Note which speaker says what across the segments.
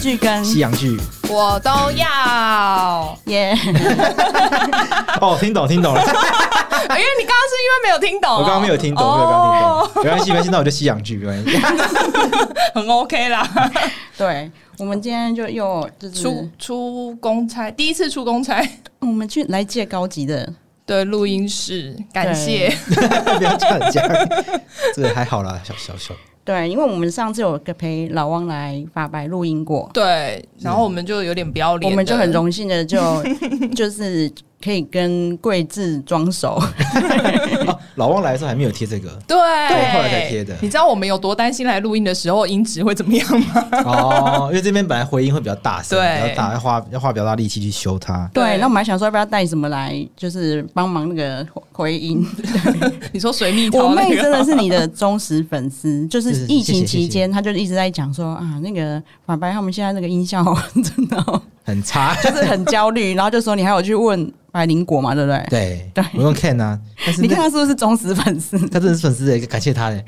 Speaker 1: 剧跟
Speaker 2: 西洋剧。
Speaker 3: 我都要，
Speaker 1: 耶，
Speaker 2: 哦，听懂听懂了，
Speaker 3: 因为哎你刚刚是因为没有听懂哦、
Speaker 2: 我刚刚没有听懂，没有刚刚听懂，没关系没关系，那我就西洋剧没关系。
Speaker 3: 懂，很 OK 啦。
Speaker 1: 对，我们今天就又就是
Speaker 3: 出出公差，第一次出公差，
Speaker 1: 我们去来借高级的，
Speaker 3: 对录音室，感
Speaker 1: 对
Speaker 3: 谢。
Speaker 2: 不要这样讲，这个还好啦，小小小。
Speaker 1: 对，因为我们上次有个陪老汪来法白录音过，
Speaker 3: 对，然后我们就有点不要脸
Speaker 1: 我
Speaker 3: 的，
Speaker 1: 们就很荣幸的 就就是可以跟桂智装熟，
Speaker 2: 哦，老汪来的时候还没有贴这个
Speaker 3: 对，
Speaker 2: 对后来才贴的
Speaker 3: 你知道我们有多担心来录音的时候音质会怎么样吗？
Speaker 2: 哦，因为这边本来回音会比较大声，
Speaker 3: 对
Speaker 2: 比较大，要花要花比较大力气去修它。
Speaker 1: 对，
Speaker 3: 对
Speaker 1: 那我们还想说要不要带什么来，就是帮忙那个回 音。
Speaker 3: 你说水蜜
Speaker 1: 我
Speaker 3: 桃那
Speaker 1: 妹真的
Speaker 3: 个，
Speaker 1: 是你的忠实粉丝，就是
Speaker 2: 是
Speaker 1: 疫
Speaker 2: 谢谢
Speaker 1: 情
Speaker 2: 谢
Speaker 1: 期
Speaker 2: 谢
Speaker 1: 间，她就一直在讲说啊，那个法白他们现在那个音效 真的哦
Speaker 2: 很差。
Speaker 1: 就是 很焦虑，然后就说你还有去问百灵果嘛，对不对？
Speaker 2: 对
Speaker 1: 对，
Speaker 2: 我用 can 啊，但是
Speaker 1: 你看
Speaker 2: 那
Speaker 1: 他是不是忠实粉丝？
Speaker 2: 他真的是粉丝哎，感谢 他哎，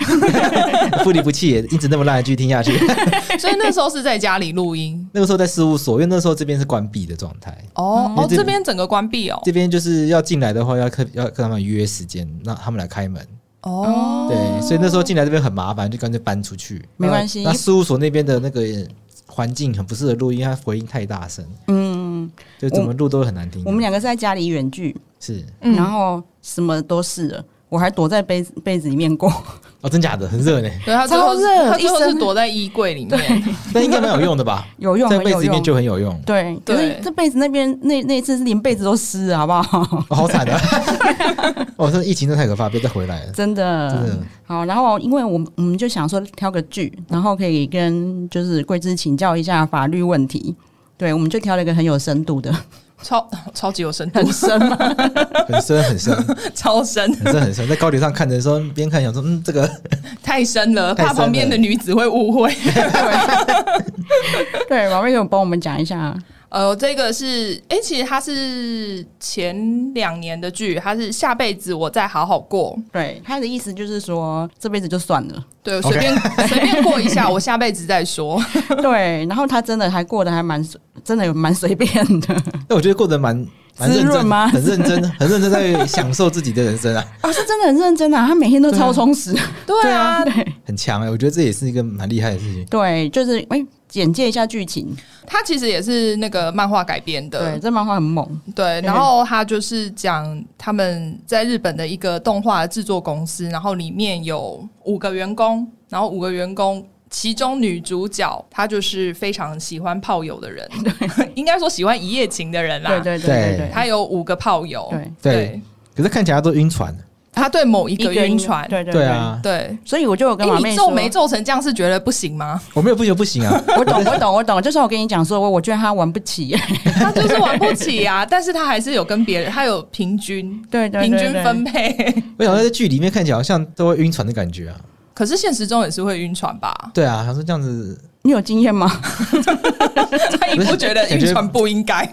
Speaker 2: 不离不弃耶，一直那么烂的继续听下去。
Speaker 3: 所以那时候是在家里录音。
Speaker 2: 那个时候在事务所，因为那时候这边是关闭的状态，
Speaker 1: 嗯
Speaker 3: 哦
Speaker 2: 因
Speaker 3: 哦
Speaker 2: 为，这
Speaker 3: 这边整个关闭哦。
Speaker 2: 这边就是要进来的话，要跟要跟他们约时间，让他们来开门。
Speaker 1: 嗯
Speaker 3: 哦，
Speaker 2: 对，所以那时候进来这边很麻烦，就干脆搬出去。
Speaker 1: 没关系
Speaker 2: 那那事务所那边的那个环境很不适合录音，它回音太大声，
Speaker 1: 嗯，
Speaker 2: 就怎么录都很难听。
Speaker 1: 我们两个是在家里远距，
Speaker 2: 是
Speaker 3: 嗯
Speaker 1: 然后什么都试了。我还躲在被被子里面过，
Speaker 2: 哦，真假的很热呢，
Speaker 3: 对他最后
Speaker 1: 超热
Speaker 3: 他最后
Speaker 1: 一
Speaker 3: 是
Speaker 1: 身？
Speaker 3: 躲在衣柜里面，
Speaker 2: 但应该蛮有用的吧
Speaker 1: 有用
Speaker 2: 在
Speaker 1: 很
Speaker 2: 被子
Speaker 1: 有
Speaker 2: 里面
Speaker 1: 用。
Speaker 2: 就很有用，
Speaker 1: 对，可是
Speaker 3: 对
Speaker 1: 这被子那边那那一次是连被子都湿了，好不好？
Speaker 2: 哦、好惨啊！哦，这疫情真的太可怕，别再回来了。
Speaker 1: 真的，
Speaker 2: 真的
Speaker 1: 好。然后因为我们我们就想说挑个剧，然后可以跟就是桂枝请教一下法律问题。对，我们就挑了一个很有深度 的，
Speaker 3: 超超级有深度，
Speaker 1: 很深嘛。
Speaker 2: 很深很深很
Speaker 3: 超深，
Speaker 2: 深很深，在高铁上看的时候，边看想说，嗯，这个
Speaker 3: 太深了，
Speaker 2: 太深
Speaker 3: 怕
Speaker 2: 了
Speaker 3: 旁边的女子会误会。
Speaker 1: 对，马瑞有帮我们讲一下。
Speaker 3: 呃，这个是，哎、其实它是前两年的剧，它是下辈子我再好好过，
Speaker 1: 对，他的意思就是说这辈子就算 了。
Speaker 3: 对，
Speaker 2: OK
Speaker 3: 随便随便过一下，我下辈子再说。
Speaker 1: 对，然后他真的还过得还蛮随，真的有蛮随便的
Speaker 2: 那我觉得过得蛮蛮认
Speaker 1: 滋润
Speaker 2: 真
Speaker 1: 吗
Speaker 2: 的，很认真，很认真在享受自己的人生啊，
Speaker 1: 啊，是真的很认真啊，他每天都超充实。
Speaker 3: 对啊，
Speaker 2: 很强哎、我觉得这也是一个蛮厉害的事情。
Speaker 1: 对，就是哎、简介一下剧情。
Speaker 3: 它其实也是那个漫画改编
Speaker 1: 对，
Speaker 3: 的，
Speaker 1: 这漫画很猛。
Speaker 3: 对。然
Speaker 1: 嗯
Speaker 3: 后它就是讲他们在日本的一个动画制作公司，然后里面有五个员工，然后五个员工。其中女主角她就是非常喜欢炮友的人， 应该说喜欢一夜情的人啦。哦
Speaker 1: 对对对对对，
Speaker 3: 她有五个炮友，
Speaker 1: 对
Speaker 2: 对，可是看起来都晕船，
Speaker 3: 他对某一个
Speaker 1: 一个
Speaker 3: 晕船，
Speaker 1: 对对
Speaker 2: 对，啊，
Speaker 3: 对。
Speaker 1: 所以我就有跟
Speaker 3: 诶
Speaker 1: 马妹
Speaker 3: 你
Speaker 1: 说，
Speaker 3: 皱眉皱成这样是觉得不行 吗？
Speaker 2: 我没有不行不行 啊，
Speaker 1: 我懂我懂我懂，就是我跟你讲说，我我觉得他玩不起。
Speaker 3: 他就是玩不起啊，但是他还是有跟别人，他有平均
Speaker 1: 对对对
Speaker 3: 平均分。
Speaker 1: 对
Speaker 3: 配。
Speaker 2: 我想在剧里面看起来好像都会晕船的感觉啊。
Speaker 3: 可是现实中也是会晕船吧？
Speaker 2: 对啊，他说这样子
Speaker 1: 你有经验吗？
Speaker 3: 他一不觉得晕船不应该，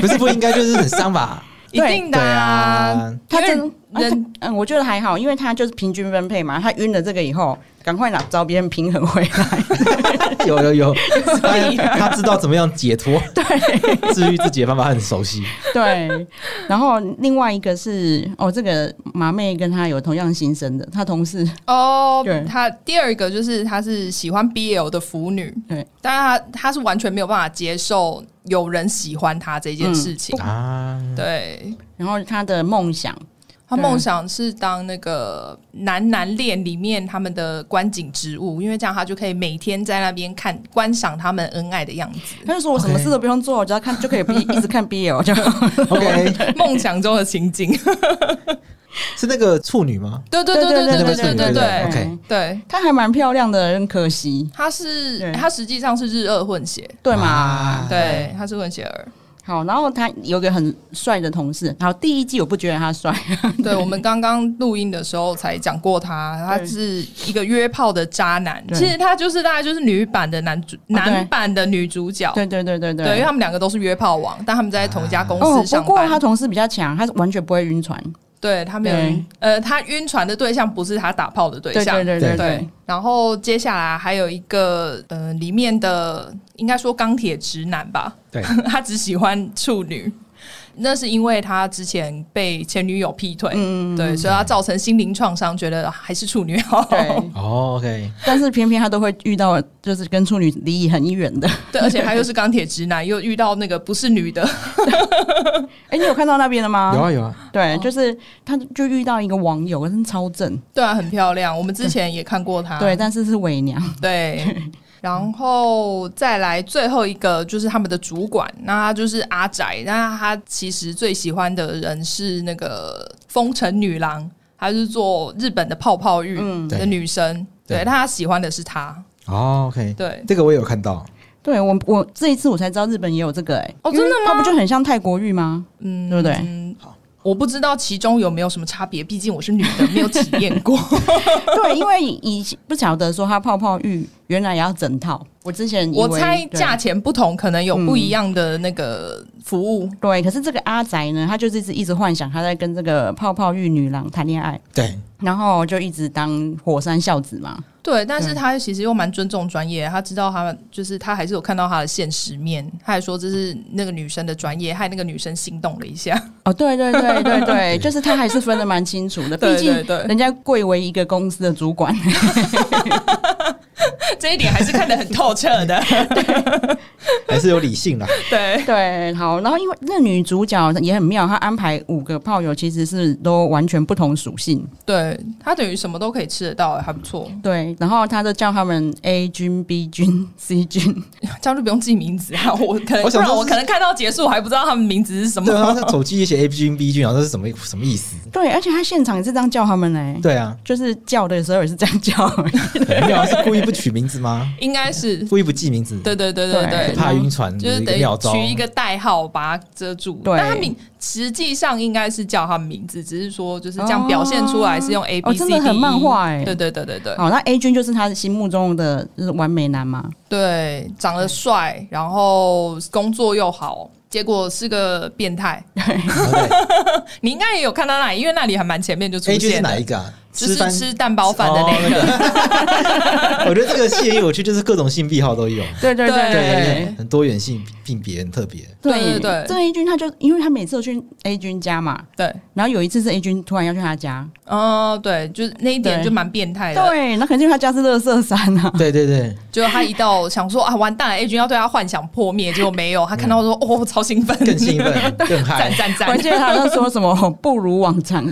Speaker 2: 不是不应该，就是很伤 吧？
Speaker 3: 一定的啊。
Speaker 1: 他
Speaker 2: 对啊
Speaker 3: 因为
Speaker 1: 真啊
Speaker 3: 人
Speaker 1: 他嗯，我觉得还好，因为他就是平均分配嘛。他晕了这个以后，赶快拿找别人平衡回来。
Speaker 2: 啊有有有，
Speaker 3: 所以
Speaker 2: 他他知道怎么样解 脱，对，治愈自己的方法他很熟悉。
Speaker 1: 对，然后另外一个是哦，这个马妹跟她有同样心声的，她同事
Speaker 3: 哦
Speaker 1: 对，
Speaker 3: 他第二个就是他是喜欢 BL 的腐女，
Speaker 1: 对，
Speaker 3: 但他他是完全没有办法接受有人喜欢他这件事情。
Speaker 2: 啊，
Speaker 3: 嗯对，
Speaker 1: 然后她的梦想，
Speaker 3: 他
Speaker 1: 对
Speaker 3: 梦想是当那个男男恋里面他们的观景植物，因为这样他就可以每天在那边看观赏他们恩爱的样子，
Speaker 1: 她就说我什么
Speaker 2: OK
Speaker 1: 事都不用做，我只要看就可以 B 一直看 BL 就好。
Speaker 2: OK，
Speaker 3: 梦想中的情景。
Speaker 2: 是那个处女吗？
Speaker 3: 对对对对对对对
Speaker 2: 对
Speaker 3: 对
Speaker 2: OK
Speaker 3: 对，
Speaker 1: 她还蛮漂亮的，很可惜，
Speaker 3: 他是
Speaker 1: 对哎
Speaker 3: 他实际上是日俄混血，
Speaker 1: 对嘛
Speaker 2: 啊？
Speaker 3: 对，他是混 血儿。
Speaker 1: 好，然后她有个很帅的同事，好，第一季我不觉得他帅，
Speaker 3: 对我们刚刚录音的时候才讲过他，他
Speaker 1: 对
Speaker 3: 是一个约炮的渣男，
Speaker 1: 对哦
Speaker 3: 其实他就是大概就是女版的男主男版的女主角。
Speaker 1: 对对对对
Speaker 3: 对，因为
Speaker 1: 对。
Speaker 3: 他们两个都是约炮王，但他们在同一家公
Speaker 1: 哦
Speaker 3: 司，
Speaker 1: 不
Speaker 3: 上
Speaker 1: 过
Speaker 3: 班。
Speaker 1: 他同事比较强，他是完全不会晕船，
Speaker 3: 对他没有
Speaker 1: 对，
Speaker 3: 呃，他晕船的对象不是他打炮的对
Speaker 1: 对
Speaker 3: 象，
Speaker 1: 对对
Speaker 2: 对
Speaker 1: 对对，
Speaker 3: 然后接下来还有一个，呃，里面的应该说钢铁直男吧，
Speaker 2: 对，
Speaker 3: 他只喜欢处女，那是因为他之前被前女友劈腿，
Speaker 1: 嗯，
Speaker 3: 对，所以他造成心灵创伤，觉得还是处女好。
Speaker 1: 对
Speaker 2: 哦，OK，
Speaker 1: 但是偏偏他都会遇到，就是跟处女离很远的。
Speaker 3: 对，而且他又是钢铁直男，又遇到那个不是女的，
Speaker 1: 哎、你有看到那边的吗？
Speaker 2: 有啊有啊，
Speaker 3: 哦
Speaker 1: 对，就是他就遇到一个网友，真的超正，
Speaker 3: 对啊，很漂亮。我们之前也看过他，
Speaker 1: 对，但是是伪娘，
Speaker 3: 对，然后再来最后一个就是他们的主管，那他就是阿宅，那他其实最喜欢的人是那个风尘女郎，她是做日本的泡泡浴
Speaker 1: 嗯
Speaker 3: 的女生，
Speaker 2: 对
Speaker 3: 对，
Speaker 2: 对
Speaker 3: 但他喜欢的是她，
Speaker 2: 哦，OK，
Speaker 3: 对。
Speaker 2: 这个我也有看到，
Speaker 1: 对我我这一次我才知道日本也有这个、哎，
Speaker 3: 哦真的吗
Speaker 1: 因为它不就很像泰国浴吗？嗯，对不对？
Speaker 3: 我不知道其中有没有什么差别，毕竟我是女的，没有体验 过。
Speaker 1: 对，因为以不晓得说它泡泡浴原来也要整套，我之前以为
Speaker 3: 我猜
Speaker 1: 对
Speaker 3: 价钱不同，可能有不一样的那个服务。
Speaker 1: 对，可是这个阿宅呢，他就是一直一直幻想他在跟这个泡泡浴女郎谈恋爱，
Speaker 2: 对，
Speaker 1: 然后就一直当火山孝子嘛。
Speaker 3: 对，但是他其实又蛮尊重专业，他知道他就是他还是有看到他的现实面，他还说这是那个女生的专业，害那个女生心动了一下。
Speaker 1: 哦，对对对对对，就是他还是分的蛮清楚的，
Speaker 3: 对
Speaker 1: 毕竟
Speaker 3: 对对
Speaker 1: 人家贵为一个公司的主管，
Speaker 3: 这一点还是看得很透彻 的。
Speaker 2: 还是有理性啦，
Speaker 3: 对，
Speaker 1: 对，好，然后因为那女主角也很妙，她安排五个炮友其实是都完全不同属性，
Speaker 3: 对他等于什么都可以吃得到，还不错，
Speaker 1: 对，然后她就叫他们 A 军、B 军、C 军，
Speaker 3: 这样就不用记名字啊。我可能
Speaker 2: 我
Speaker 3: 不
Speaker 2: 想说
Speaker 3: 然我
Speaker 2: 是
Speaker 3: 可能看到结束还不知道他们名字是什
Speaker 2: 对啊，他
Speaker 3: 么。
Speaker 2: 手机也写 A 君 B 君，然后这是什么什么意思？
Speaker 1: 对，而且她现场也是这样叫他们嘞、
Speaker 2: 对啊，
Speaker 1: 就是叫的时候也是这样叫，
Speaker 2: 很妙，是故意不取名字吗？
Speaker 3: 应该是
Speaker 2: 故意不记名字，
Speaker 3: 对对对对对
Speaker 1: 对。
Speaker 2: 怕晕船
Speaker 3: 就
Speaker 2: 的
Speaker 3: 是
Speaker 2: 一
Speaker 3: 等
Speaker 2: 个
Speaker 3: 于
Speaker 2: 妙招。
Speaker 3: 取一个代号把它遮住，
Speaker 1: 对
Speaker 3: 但他名实际上应该是叫他名字，只是说就是这样表现出来是用 A
Speaker 1: 哦
Speaker 3: B C
Speaker 1: 真
Speaker 3: D
Speaker 1: 的
Speaker 3: E，
Speaker 1: 很漫画欸
Speaker 3: 对对对对 对
Speaker 1: 好，那 A 君就是她心目中的就是完美男嘛，
Speaker 3: 对，长得帅，然后工作又好，结果是个变态。
Speaker 2: 对
Speaker 3: 你应该也有看到那里，因为那里还蛮前面就出
Speaker 2: A 君是
Speaker 3: 现
Speaker 2: 哪
Speaker 3: 了，
Speaker 2: 一个啊？
Speaker 3: 就是
Speaker 2: 饭
Speaker 3: 吃蛋包饭的那个。
Speaker 2: 哦那个我觉得这个戏也有趣，就是各种性癖好都有，
Speaker 1: 对对
Speaker 3: 对
Speaker 2: 对，很多元性性别很特别。
Speaker 3: 对对对
Speaker 1: 这 A 君他就因为他每次都去 A 君家嘛，
Speaker 3: 对，
Speaker 1: 然后有一次是 A 君突然要去他家，
Speaker 3: 哦，对，就是那一点
Speaker 1: 对
Speaker 3: 就蛮变态的。
Speaker 1: 对，那肯定他家是乐色山啊，
Speaker 2: 对对对，
Speaker 3: 就他一到想说啊，完蛋了，A 君要对他幻想破灭，结果没有。他看到说，哦，超兴奋，
Speaker 2: 更兴奋，更
Speaker 3: 赞
Speaker 2: 嗨。
Speaker 3: 赞
Speaker 1: 关
Speaker 3: 赞，
Speaker 1: 键他在说什么不如往常，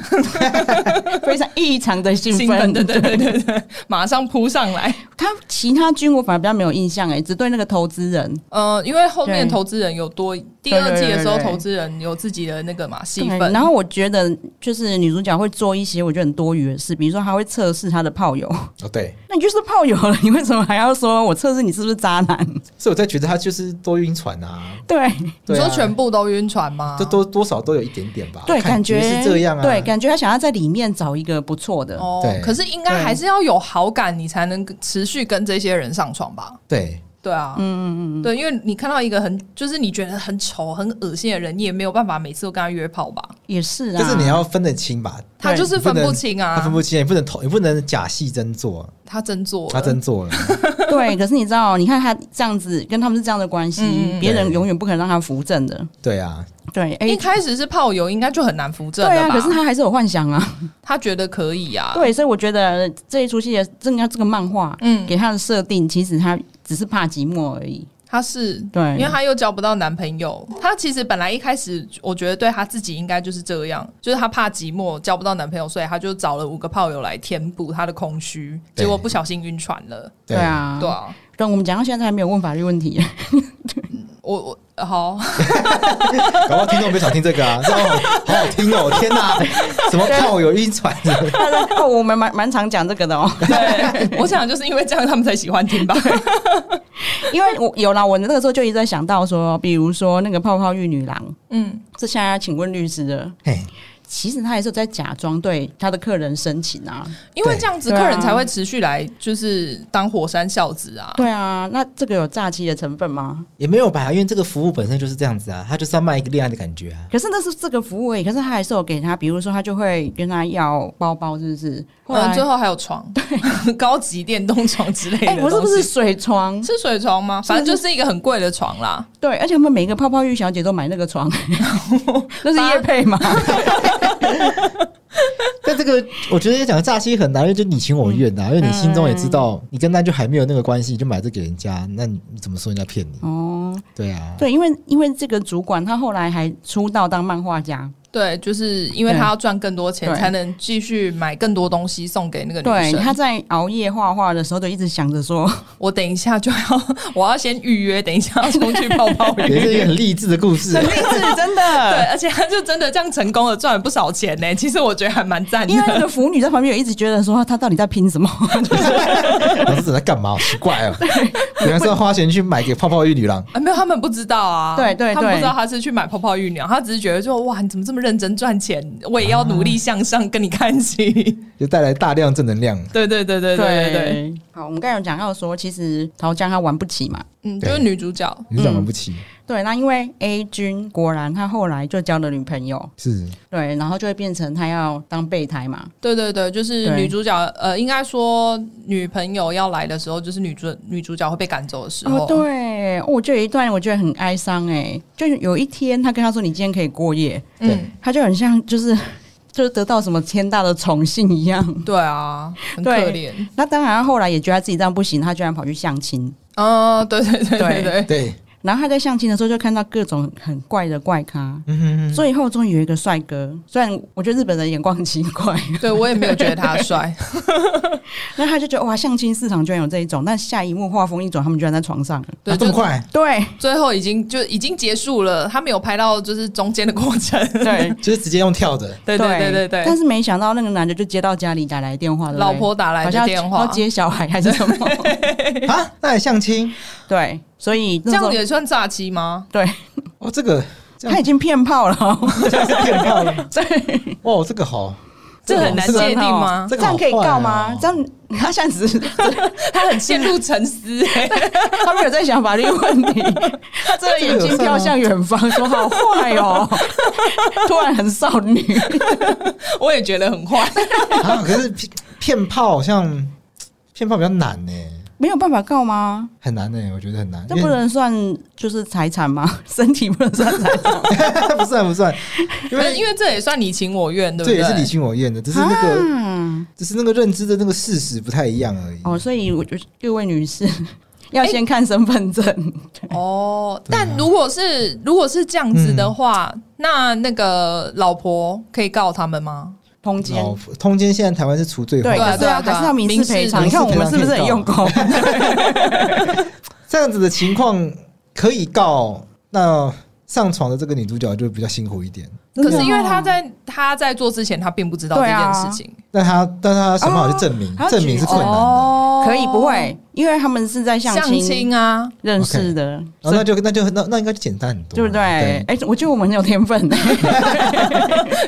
Speaker 1: 非常异常的兴
Speaker 3: 兴奋，
Speaker 1: 奋。
Speaker 3: 对对对对对，马上扑上来。
Speaker 1: 他其他军我反而比较没有印象哎、只对那个投资人
Speaker 3: 呃，因为后面
Speaker 1: 对
Speaker 3: 投资人有多，第二季的时候
Speaker 1: 对对对对
Speaker 3: 投资人有自己的那个嘛戏
Speaker 1: 对啊
Speaker 3: 份，
Speaker 1: 然后我觉得就是女主角会做一些我觉得很多余的事，比如说她会测试她的炮友，
Speaker 2: 哦，对，
Speaker 1: 那你就是炮友了，你为什么还要说我测试你是不是渣男？哦
Speaker 2: 所以我才觉得他就是多晕船啊。
Speaker 1: 对
Speaker 3: 你
Speaker 2: 对啊
Speaker 3: 说全部啊都晕船吗？
Speaker 2: 这多多少都有一点点吧，
Speaker 1: 对，
Speaker 2: 感
Speaker 1: 感觉
Speaker 2: 是这样啊。
Speaker 1: 对，感觉她想要在里面找一个不错的。
Speaker 3: 哦
Speaker 2: 对，
Speaker 3: 可是应该还是要有好感，你才能持续跟这些人上床吧？
Speaker 2: 对
Speaker 3: 对啊，嗯嗯嗯，对，因为你看到一个很就是你觉得很丑、很恶心的人，你也没有办法每次都跟他约炮吧？
Speaker 1: 也是啊，
Speaker 2: 但是你要分得清吧，
Speaker 3: 他就是分
Speaker 2: 你
Speaker 3: 不
Speaker 2: 能
Speaker 3: 清啊，
Speaker 2: 他分不清，你不能头，你不能假戏真做，
Speaker 3: 他真做了，
Speaker 2: 他真做了，
Speaker 1: 对，可是你知道，你看他这样子跟他们是这样的关系，
Speaker 3: 嗯
Speaker 1: 别人
Speaker 2: 对
Speaker 1: 永远不可能让他扶正的。
Speaker 2: 对啊，
Speaker 1: 对，哎、
Speaker 3: 一开始是炮友，应该就很难扶正
Speaker 1: 对
Speaker 3: 了
Speaker 1: 啊，
Speaker 3: 吧？
Speaker 1: 可是他还是有幻想啊。
Speaker 3: 他觉得可以啊，
Speaker 1: 对，所以我觉得这一出戏的正要这个漫画，
Speaker 3: 嗯
Speaker 1: 嗯，给他的设定，其实他只是怕寂寞而已。
Speaker 3: 他是
Speaker 1: 对，
Speaker 3: 因为她又交不到男朋友，她其实本来一开始我觉得对她自己应该就是这样，就是她怕寂寞，交不到男朋友，所以她就找了五个炮友来填补她的空虚，
Speaker 2: 对
Speaker 3: 结果不小心晕船了。
Speaker 1: 对，啊，
Speaker 3: 对啊，
Speaker 1: 对，我们讲到现在还没有问法律问 题，
Speaker 3: 我我呃好，
Speaker 2: 搞不好听众没想听这个啊，这样好好好听哦，天哪，什么炮友晕船 的，
Speaker 1: 哦，我们蛮蛮常讲这个的哦，
Speaker 3: 对，我想就是因为这样他们才喜欢听 吧。
Speaker 1: 因为我有啦，我那个时候就一直在想到说，比如说那个泡泡浴女郎，
Speaker 3: 嗯，
Speaker 1: 这下请问律师了，
Speaker 2: 嘿，
Speaker 1: 其实他还是有在假装对他的客人深情啊。
Speaker 3: 因为
Speaker 2: 对
Speaker 3: 这样子
Speaker 1: 对
Speaker 3: 客
Speaker 1: 啊
Speaker 3: 人才会持续来，就是当火山孝子啊。
Speaker 1: 对啊，那这个有诈欺的成分吗？
Speaker 2: 也没有吧，因为这个服务本身就是这样子啊，他就是要卖一个恋爱的感觉啊。
Speaker 1: 可是那是这个服务而已，可是他还是有给他，比如说他就会跟他要包包，是不是？
Speaker 3: 可能最
Speaker 1: 后
Speaker 3: 后还有床， 高级电动床之类的
Speaker 1: 哎、
Speaker 3: 东西。
Speaker 1: 不是不是水床，
Speaker 3: 是水床吗？
Speaker 1: 是
Speaker 3: 反正就是一个很贵的床啦。
Speaker 1: 对，而且他们每一个泡泡浴小姐都买那个床， 那是叶配 吗？
Speaker 2: 但这个我觉得讲诈欺很难，因为就你情我愿的、啊，因为你心中也知道，你跟他就还没有那个关系，你就买这给人家，那你你怎么说人家骗你？
Speaker 1: 哦，
Speaker 2: 对啊，
Speaker 1: 对，因为因为这个主管他后来还出道当漫画家，
Speaker 3: 对，就是因为
Speaker 1: 对
Speaker 3: 他要赚更多钱，
Speaker 1: 对
Speaker 3: 才能继续买更多东西送给那个女
Speaker 1: 对，他
Speaker 3: 生。
Speaker 1: 在熬夜画画的时候就一直想着 说，
Speaker 3: 我等一下就要， 我要先预约，等一下要冲去泡 泡
Speaker 2: 也是一个
Speaker 3: 浴。
Speaker 2: 很励志的故 事、啊。
Speaker 1: 是真
Speaker 3: 对，
Speaker 1: 的。
Speaker 3: 而且他就真的这样成功的赚了不少钱呢。其实我觉得还蛮赞
Speaker 1: 因为那
Speaker 3: 的。
Speaker 1: 个腐女在旁边有一直觉得说，她到底在拼什么？
Speaker 2: 老师在干嘛？好奇怪哦，原来是要花钱去买给泡泡浴女郎。
Speaker 3: 啊，没有，他们不知道啊，
Speaker 1: 对对
Speaker 3: 他们不
Speaker 1: 对
Speaker 3: 知道他是去买泡泡浴娘，他只是觉得说，哇，你怎么这么认真赚钱？我也要努力向上，跟你看齐。
Speaker 2: 就带来大量正能量。
Speaker 1: 啊
Speaker 3: 对对对 对对对对，
Speaker 1: 好，我们刚才有讲到说，其实桃江她玩不起嘛。
Speaker 3: 嗯，就是女主角，
Speaker 2: 你讲玩不起，
Speaker 1: 对，那因为 A 君果然他后来就交了女朋友，
Speaker 2: 是
Speaker 1: 对，然后就会变成他要当备胎嘛。
Speaker 3: 对对对，就是
Speaker 1: 对
Speaker 3: 女主角，呃，应该说女朋友要来的时候，就是女主女主角会被赶走的时候。
Speaker 1: 哦，对，哦我就有一段我觉得很哀伤哎、就是有一天他跟他说你今天可以过夜，
Speaker 3: 嗯，
Speaker 1: 他就很像就是 就是得到什么天大的宠幸一样。
Speaker 3: 对啊，很可
Speaker 1: 对
Speaker 3: 怜。
Speaker 1: 那当然，他后来也觉得他自己这样不行，他居然跑去相亲。
Speaker 3: 啊，对对对对对，
Speaker 2: 对，
Speaker 1: 然后他在相亲的时候就看到各种很怪的怪咖，
Speaker 3: 嗯
Speaker 1: 最后终于有一个帅哥。虽然我觉得日本人眼光很奇怪，
Speaker 3: 对我也没有觉得他帅。
Speaker 1: 那他就觉得哇，相亲市场居然有这一种。但下一幕画风一转，他们居然在床上了。
Speaker 3: 对，
Speaker 2: 啊这么
Speaker 3: 就
Speaker 2: 快，
Speaker 1: 对
Speaker 3: 最后已经就已经结束了，他没有拍到就是中间的过程。
Speaker 1: 对
Speaker 2: 就是直接用跳的，
Speaker 3: 对对对对对
Speaker 1: 但是没想到那个男的就接到家里打来电话，对不对
Speaker 3: 老婆打来
Speaker 1: 好
Speaker 3: 的
Speaker 1: 像
Speaker 3: 电话
Speaker 1: 要，接小孩还是什么？
Speaker 2: 啊，那还相亲
Speaker 1: 对，所以
Speaker 3: 这
Speaker 1: 那时
Speaker 3: 样
Speaker 1: 候
Speaker 3: 也算诈欺吗？
Speaker 1: 对
Speaker 2: 哦，这个这
Speaker 1: 他
Speaker 2: 样
Speaker 1: 已经骗炮了哦，
Speaker 2: 这样是骗炮 了，
Speaker 1: 对，
Speaker 2: 哇，哦这个好，
Speaker 3: 这很难
Speaker 2: 这个
Speaker 3: 界定吗？
Speaker 1: 啊这
Speaker 2: 这个好
Speaker 1: 样可以告吗
Speaker 2: 坏哦？
Speaker 1: 这样 他现在只是
Speaker 3: 他很 陷入沉 思、欸。
Speaker 1: 他没有在想法律问题，他真的眼睛飘向远方，说好坏哦， 突然很少女。
Speaker 3: 我也觉得很坏。
Speaker 2: 啊，可是骗骗炮好像骗炮比较难呢，
Speaker 1: 没有办法告吗？
Speaker 2: 很难呢，我觉得很难，
Speaker 1: 这
Speaker 2: 因
Speaker 1: 不
Speaker 2: 为
Speaker 1: 能算就是财产吗？ 身体不能算财产，
Speaker 2: 不算不算，因
Speaker 3: 可是
Speaker 2: 为
Speaker 3: 因为这也算你情我愿，对不
Speaker 2: 这
Speaker 3: 对？
Speaker 2: 也是你情我愿的，只是那个
Speaker 1: 啊
Speaker 2: 只是那个认知的那个事实不太一样而已。
Speaker 1: 哦，所以我觉得各位女士要先看身份证，
Speaker 3: 哦，但如果是如果是这样子的话，那那个老婆可以告他们吗？
Speaker 1: 通奸。
Speaker 2: 老婆通奸现在台湾是除罪化
Speaker 1: 对
Speaker 2: 的，
Speaker 3: 啊
Speaker 1: 啊，
Speaker 3: 对
Speaker 1: 对
Speaker 3: 啊
Speaker 1: 啊，
Speaker 3: 对啊
Speaker 1: 还是要民
Speaker 3: 民
Speaker 1: 事
Speaker 3: 事
Speaker 1: 赔偿。你看我们是不是很用功？
Speaker 2: 这样子的情况可以告，那上床的这个女主角就比较辛苦一点。
Speaker 3: 可是因为他在他在做之前，他并不知道这
Speaker 1: 对
Speaker 3: 件
Speaker 1: 啊
Speaker 3: 事情。
Speaker 2: 但她但她想办法去证明，
Speaker 1: 还要
Speaker 2: 证明是
Speaker 1: 举
Speaker 2: 困难的，
Speaker 3: 哦
Speaker 1: 可以不会，因为他们是在相
Speaker 3: 相
Speaker 1: 亲
Speaker 3: 亲啊？
Speaker 1: 认识的，
Speaker 2: 然后哦那就那就那那应该就简单很多，
Speaker 1: 对不对？哎、我觉得我们很有天 分、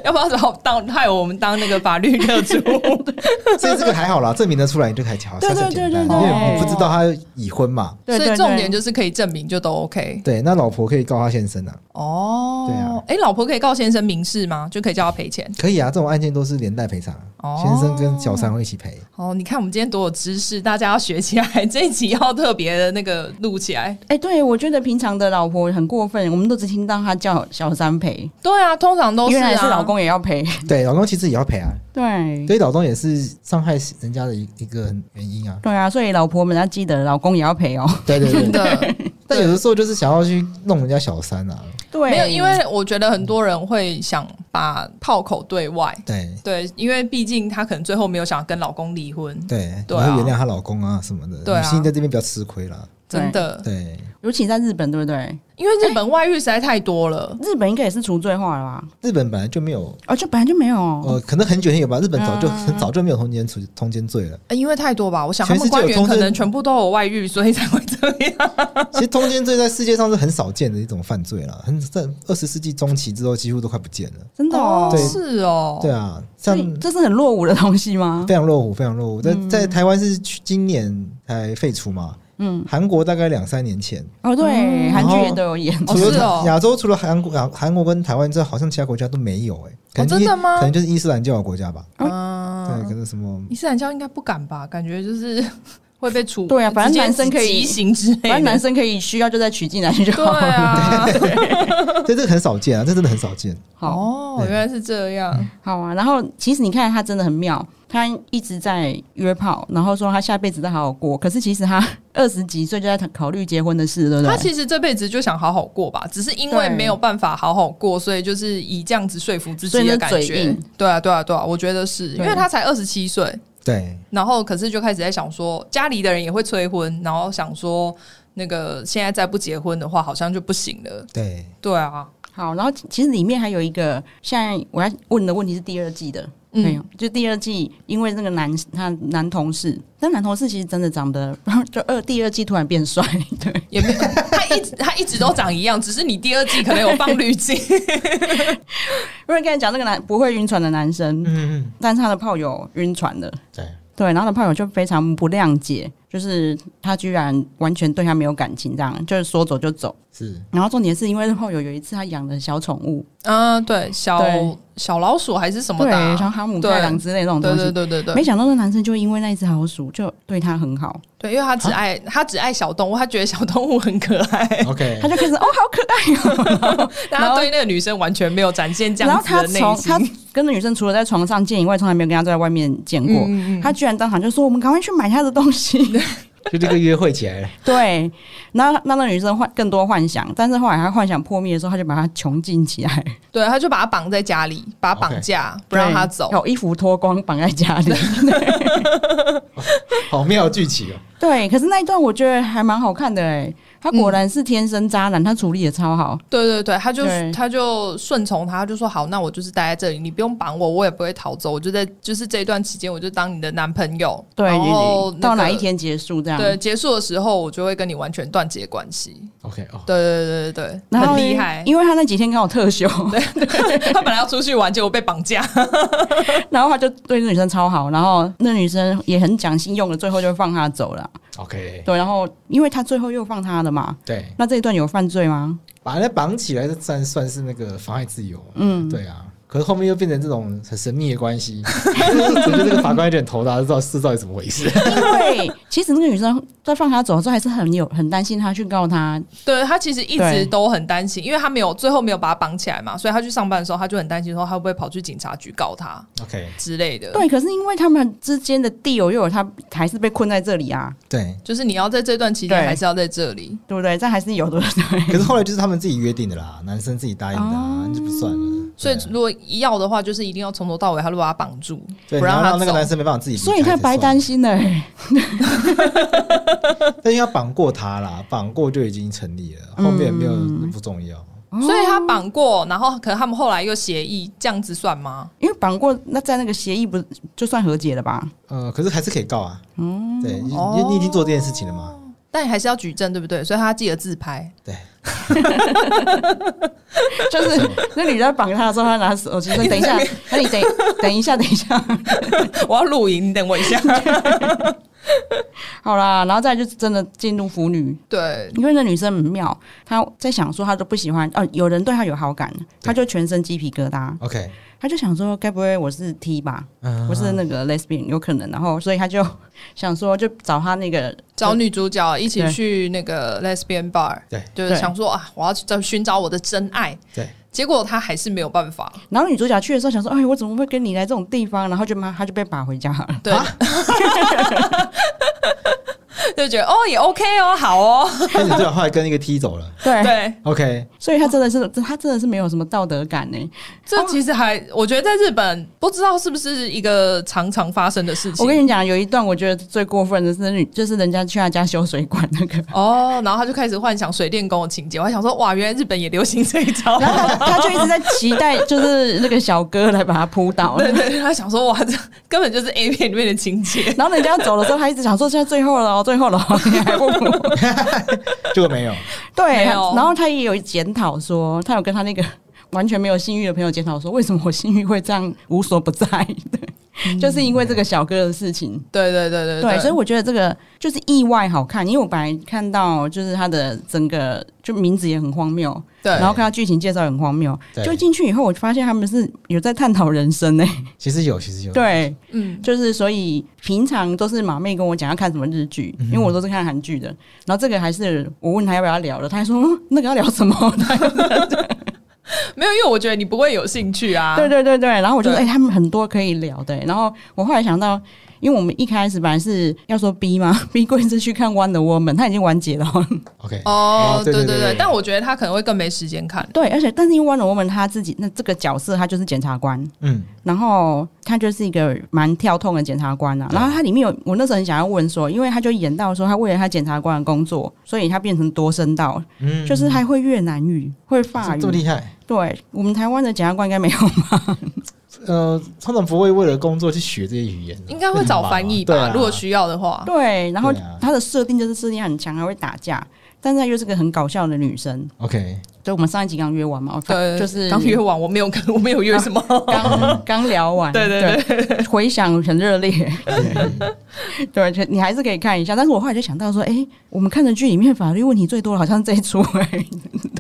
Speaker 3: 要不要找当害我们当那个法律特 助？
Speaker 2: 对 所以这个还好啦，证明得出来就还好，
Speaker 1: 对对
Speaker 2: 算是
Speaker 1: 对
Speaker 2: 简单
Speaker 1: 对
Speaker 2: 因
Speaker 1: 对
Speaker 2: 为我不知道她已婚嘛。
Speaker 1: 对
Speaker 3: 所以
Speaker 1: 对
Speaker 3: 重点
Speaker 1: 对
Speaker 3: 就是可以证明就都 OK
Speaker 2: 对，那老婆可以告她先生啊，
Speaker 3: 哦。
Speaker 2: 对啊
Speaker 3: 哎、老婆可以告先生民事吗？就可以叫他赔钱
Speaker 2: 可以啊，这种案件都是连带赔偿，啊
Speaker 3: 哦
Speaker 2: 先生跟小三会一起赔。
Speaker 3: 哦。你看我们今天多有知识，大家要学起来，这一集要特别的那个录起来。
Speaker 1: 哎、对，我觉得平常的老婆很过分，我们都只听到她叫小三赔，
Speaker 3: 对啊，通常都是、啊、
Speaker 1: 原来是老公也要赔。
Speaker 2: 对，老公其实也要赔啊，
Speaker 1: 对，
Speaker 2: 所以老公也是伤害人家的一一个原因啊。
Speaker 1: 对啊，所以老婆们要记得，老公也要赔哦。
Speaker 2: 对对
Speaker 3: 真
Speaker 2: 对，
Speaker 3: 的
Speaker 2: 但有的时候就是想要去弄人家小三啊，
Speaker 1: 对
Speaker 3: 没有，因为我觉得很多人会想把炮口对外，
Speaker 2: 对
Speaker 3: 对，因为毕竟她可能最后没有想要跟老公离婚，
Speaker 2: 对，
Speaker 3: 对
Speaker 2: 然
Speaker 3: 啊
Speaker 2: 后原谅她老公啊什么的，
Speaker 3: 对啊
Speaker 2: 女性在这边比较吃亏啦。
Speaker 3: 真的，
Speaker 2: 对，
Speaker 1: 尤其在日本，对不对？
Speaker 3: 因为日本外遇实在太多了。
Speaker 1: 日本应该也是除罪化了吧？
Speaker 2: 日本本来就没有，
Speaker 1: 哦，就本来就没有哦，
Speaker 2: 呃，可能很久以前有吧，日本
Speaker 3: 嗯
Speaker 2: 早就、很早就没有通奸罪通奸罪 了。
Speaker 3: 呃因为太多吧，我想他
Speaker 2: 全
Speaker 3: 们
Speaker 2: 世界有
Speaker 3: 官员
Speaker 2: 通
Speaker 3: 可
Speaker 2: 奸
Speaker 3: 能全部都有外遇，所以才会这样。
Speaker 2: 其实通奸罪在世界上是很少见的一种犯罪了，很在二十世纪中期之后几乎都快不见了。
Speaker 1: 真的哦。
Speaker 2: 对
Speaker 3: 是哦，
Speaker 2: 对啊，
Speaker 1: 所
Speaker 2: 像
Speaker 1: 以这是很落伍的东西吗？
Speaker 2: 非常落伍，非常落伍。在
Speaker 3: 嗯
Speaker 2: 在台湾是去今年才废除嘛，
Speaker 1: 嗯，
Speaker 2: 韩国大概两三年前。
Speaker 1: 哦，对，
Speaker 3: 嗯
Speaker 1: 韩剧
Speaker 2: 然后
Speaker 1: 也都有演。
Speaker 3: 哦
Speaker 2: 除了
Speaker 3: 是哦
Speaker 2: 台亚洲除了韩国、啊韩韩国跟台湾之外，好像其他国家都没有哎、可能
Speaker 3: 哦真的
Speaker 2: 伊
Speaker 3: 吗
Speaker 2: 可能就是伊斯兰教的国家吧。对，可
Speaker 3: 嗯，
Speaker 2: 能什么
Speaker 3: 伊斯兰教应该不敢吧？感觉就是 会被处
Speaker 1: 对啊反正
Speaker 3: 直接
Speaker 1: 男生可以
Speaker 3: 极刑之类的，
Speaker 1: 反正男生可以需要就再娶进来就
Speaker 3: 对
Speaker 1: 好了。
Speaker 3: 啊，
Speaker 2: 这这个很少见啊，这真的很少见。
Speaker 1: 好
Speaker 3: 哦，
Speaker 2: 对
Speaker 3: 原来是这样，
Speaker 1: 好啊，然后其实你看他真的很妙，他一直在约炮，然后说他下辈子再好好过。可是其实他二十几岁就在考虑结婚的事，对不
Speaker 3: 他
Speaker 1: 对？
Speaker 3: 其实这辈子就想好好过吧，只是因为
Speaker 1: 对
Speaker 3: 没有办法好好过，所以就是以这样子说服自
Speaker 1: 所以
Speaker 3: 己
Speaker 1: 就
Speaker 3: 的
Speaker 1: 是
Speaker 3: 感
Speaker 1: 嘴
Speaker 3: 觉
Speaker 1: 硬。
Speaker 3: 对啊，对啊，对啊，我觉得是因
Speaker 1: 对
Speaker 3: 为他才二十七岁，
Speaker 2: 对，
Speaker 3: 然后可是就开始在想说，家里的人也会催婚，然后想说那个现在再不结婚的话，好像就不行了。
Speaker 2: 对，
Speaker 3: 对啊，
Speaker 1: 好，然后其其实里面还有一个，现在我要问的问题是第二季的，没有
Speaker 3: 嗯，，
Speaker 1: 就第二季，因为那个男他男同事，但男同事其实真的长得， 然后就二第二季突然变帅，对，
Speaker 3: 也没有，他一直他一直都长一样，只是你第二季可能有放滤镜。
Speaker 1: 因为刚才讲那个男不会晕船的男生，
Speaker 2: 嗯嗯，
Speaker 1: 但是他的炮友晕船了，
Speaker 2: 对，
Speaker 1: 对，然后他的炮友就非常不谅解，就是他居然完全对他没有感情，这样就是说走就走。
Speaker 2: 是
Speaker 1: 然后重点是因为炮友有一次他养的小宠物，
Speaker 3: 嗯，对，小
Speaker 1: 对
Speaker 3: 小老鼠还是什么
Speaker 1: 对
Speaker 3: 的啊，，
Speaker 1: 像哈姆太郎之类那种东
Speaker 3: 对
Speaker 1: 西，
Speaker 3: 对对对对，
Speaker 1: 没想到那男生就因为那一只老鼠就对他很好，
Speaker 3: 对，因为他
Speaker 1: 啊
Speaker 3: 只爱他只爱小动物，他觉得小动物很可爱，
Speaker 2: OK
Speaker 1: 他。 就开始哦好可爱哦。
Speaker 3: 但他对那个女生完全没有展 现这
Speaker 1: 然
Speaker 3: 样
Speaker 1: 后
Speaker 3: 子
Speaker 1: 他
Speaker 3: 的内
Speaker 1: 从他
Speaker 3: 心。
Speaker 1: 跟那女生除了在床上见以外，从来没有跟她在外面见过。
Speaker 3: 嗯嗯
Speaker 1: 他居然当场就说：“我们赶快去买他的东西。
Speaker 2: 就这个约会起来了，”
Speaker 1: 对，然后让那女生幻更多幻想，但是后来他幻想破灭的时候，他就把他囚禁起来，
Speaker 3: 对，他就把他绑在家里，把他绑
Speaker 2: OK
Speaker 3: 架不让他走。
Speaker 1: 哦有衣服脱光绑在家里。
Speaker 2: 好妙的剧情啊！
Speaker 1: 对，可是那一段我觉得还蛮好看的哎、他果然是天生渣男，他处理也超好。
Speaker 3: 对对对，他就
Speaker 1: 对
Speaker 3: 他就顺从他，他就说好，那我就是待在这里，你不用绑我，我也不会逃走，我就在就是这一段期间，我就当你的男朋友。
Speaker 1: 对，
Speaker 3: 然后、那个
Speaker 1: 到哪一？天啊结束这样？
Speaker 3: 对，结束的时候我就会跟你完全断绝关系。
Speaker 2: OK 哦，
Speaker 3: 对对对对对，
Speaker 1: 然后
Speaker 3: 很
Speaker 1: 呢
Speaker 3: 厉害。
Speaker 1: 因为他那几天刚好特休，
Speaker 3: 他本来要出去玩，结果被绑架。
Speaker 1: 然后他就对那女生超好，然后那女生也很讲信用的，最后就放他走了。
Speaker 2: OK，
Speaker 1: 对，然后因为他最后又放他了嘛，
Speaker 2: 对，
Speaker 1: 那这一段有犯罪吗？
Speaker 2: 把人家绑起来，这算算是那个妨碍自由。
Speaker 1: 嗯，
Speaker 2: 对啊，可是后面又变成这种很神秘的关系，我觉得这个法官有点头大，知道是到底怎么回事。
Speaker 1: 因为 其实那个女生在放他走的时候，还是很有很担心他去告他，
Speaker 3: 对他其实一
Speaker 1: 对
Speaker 3: 直都很担心，因为他没有最后没有把他绑起来嘛，所以他去上班的时候，他就很担心说他会不会跑去警察局告他
Speaker 2: OK，
Speaker 3: 之类的。，
Speaker 1: 对，可是因为他们之间的地友又有他，还是被困在这里啊，
Speaker 2: 对，
Speaker 3: 就是你要在这段期间
Speaker 1: 对
Speaker 3: 还是要在这里。
Speaker 1: 对不对？这还是有 的，
Speaker 2: 可是后来就是他们自己约定的啦，男生自己答应的、啊，那就不算了。
Speaker 3: 所以
Speaker 2: 对啊
Speaker 3: 如果要的话，就是一定要从头到尾，他都把他绑住，
Speaker 2: 对，
Speaker 3: 不
Speaker 2: 然后
Speaker 3: 他
Speaker 2: 让那个
Speaker 3: 走。
Speaker 2: 男生没办法自己离开
Speaker 1: 所
Speaker 2: 才
Speaker 1: 以
Speaker 2: 算，
Speaker 1: 他白担心了、欸。
Speaker 2: 但因为他绑过他啦，绑过就已经成立了，后面也没有
Speaker 1: 嗯
Speaker 2: 不重要。
Speaker 3: 所以他绑过，然后可能他们后来又协议，这样子算吗？
Speaker 1: 因为绑过，那在那个协议不就算和解了 吧？
Speaker 2: 呃，可是还是可以告啊。嗯，对，你
Speaker 3: 哦
Speaker 2: 你你已经做这件事情了嘛？
Speaker 3: 但还是要举证，对不对？所以他记得自拍，
Speaker 2: 对，
Speaker 1: 就是那女的在绑他的时候，他拿手 机说：“等一下，那你等等一下，等一 下。
Speaker 3: 我要录影，你等我一下。”
Speaker 1: 好啦，然后再来就是真的进入腐女，
Speaker 3: 对，
Speaker 1: 因为那女生很妙，她在想说她都不喜欢，哦，有人对她有好感，她就全身鸡皮疙瘩，
Speaker 2: ，OK，
Speaker 1: 她就想说，该不会我是 T 吧，
Speaker 2: 嗯
Speaker 1: 我是那个 lesbian 有可能，然后所以她就想说，就找她那个
Speaker 3: 找女主角一起
Speaker 1: 对
Speaker 3: 去那个 lesbian bar，
Speaker 2: 对
Speaker 3: 就是
Speaker 1: 对
Speaker 3: 想说啊，我要去找寻找我的真爱。
Speaker 2: 对，
Speaker 3: 结果他还是没有办法，
Speaker 1: 然后女主角去的时候想说，哎，我怎么会跟你来这种地方？然后就妈，她就被把回家了。
Speaker 3: 对， 就觉得哦也 OK 哦，好哦，
Speaker 2: 但你最后后来跟一个 T 走了
Speaker 1: 对，
Speaker 3: 对，
Speaker 2: ，OK，
Speaker 1: 所以他真的是他真的是没有什么道德感呢、欸
Speaker 3: 这其实还我觉得在日本不知道是不是一个常常发生的事情。
Speaker 1: 我跟你讲，有一段我觉得最过分的是女，就是人家去他家修水管那个。
Speaker 3: 哦，然后他就开始幻想水电工的情节，我还想说哇，原来日本也流行这一 招。
Speaker 1: 然后他他就一直在期待，就是那个小哥来把他扑 倒。
Speaker 3: 对对，对他想说哇，这根本就是 A 片里面的情节。
Speaker 1: 然后人家走的时候，他一直想说现在最后了哦，最后了 哦，你还不服？
Speaker 2: 结果没有，
Speaker 1: 对，
Speaker 3: 没有
Speaker 1: 然后他也有检讨说，他有跟他那个完全没有性欲的朋友检讨说，为什么我性欲会这样无所不在？对，就是因为这个小哥的事情。
Speaker 3: 对对对对
Speaker 1: 对，所以我觉得这个就是意外好看，因为我本来看到就是他的整个就名字也很荒谬，
Speaker 3: 对
Speaker 1: 然后看到剧情介绍也很荒谬，
Speaker 2: 对
Speaker 1: 就进去以后，我就发现他们是有在探讨人生呢、
Speaker 2: 其实有，其实有，
Speaker 1: 对，
Speaker 3: 嗯，
Speaker 1: 就是所以平常都是马妹跟我讲要看什么日剧，
Speaker 3: 嗯
Speaker 1: 因为我都是看韩剧的。然后这个还是我问他要不要聊的，他还说嗯那个要聊什么？
Speaker 3: 没有，因为我觉得你不会有兴趣 啊。
Speaker 1: 对对对对。然后我就说，哎、
Speaker 3: 对
Speaker 1: 他们很多可以聊的、然后我后来想到。因为我们一开始本来是要说 B 嘛，B 贵是去看《Wonder Woman》，他已经完结了。
Speaker 2: ，OK，
Speaker 3: 哦
Speaker 2: 哦，
Speaker 3: 对
Speaker 2: 对
Speaker 3: 对
Speaker 2: 对
Speaker 3: 对
Speaker 2: 对，
Speaker 3: 但我觉得他可能会更没时间看。
Speaker 1: 对，而且但是因为 Wonder Woman 他自己那这个角色，他就是检察官，
Speaker 2: 嗯，
Speaker 1: 然后他就是一个蛮跳痛的检察官啊。然后他里面有，我那时候很想要问说，因为他就演到说，他为了他检察官的工作，所以他变成多声道，
Speaker 2: 嗯哦
Speaker 1: 就是他会越南语，会法
Speaker 2: 这么
Speaker 1: 语。
Speaker 2: 厉害，
Speaker 1: 对我们台湾的检察官应该没 有吧？
Speaker 2: 呃，通常不会为了工作去学这些语言啊，
Speaker 3: 应该会找翻译
Speaker 2: 对
Speaker 3: 吧，
Speaker 2: 啊
Speaker 3: 如果需要的话。
Speaker 1: 对，然后
Speaker 2: 对啊
Speaker 1: 他的设定就是设定很强，还会打架，但是她又是个很搞笑的女生。
Speaker 2: ，OK，
Speaker 1: 对，我们上一集刚约完嘛，我
Speaker 3: 对，
Speaker 1: 就是
Speaker 3: 刚约完，我没有跟，我没有约什么。
Speaker 1: 刚刚聊完，
Speaker 3: 对对对
Speaker 1: 对，嗯回想很热烈， 对，而且你还是可以看一下。但是我后来就想到说，哎、我们看的剧里面法律问题最多的好像是这一出、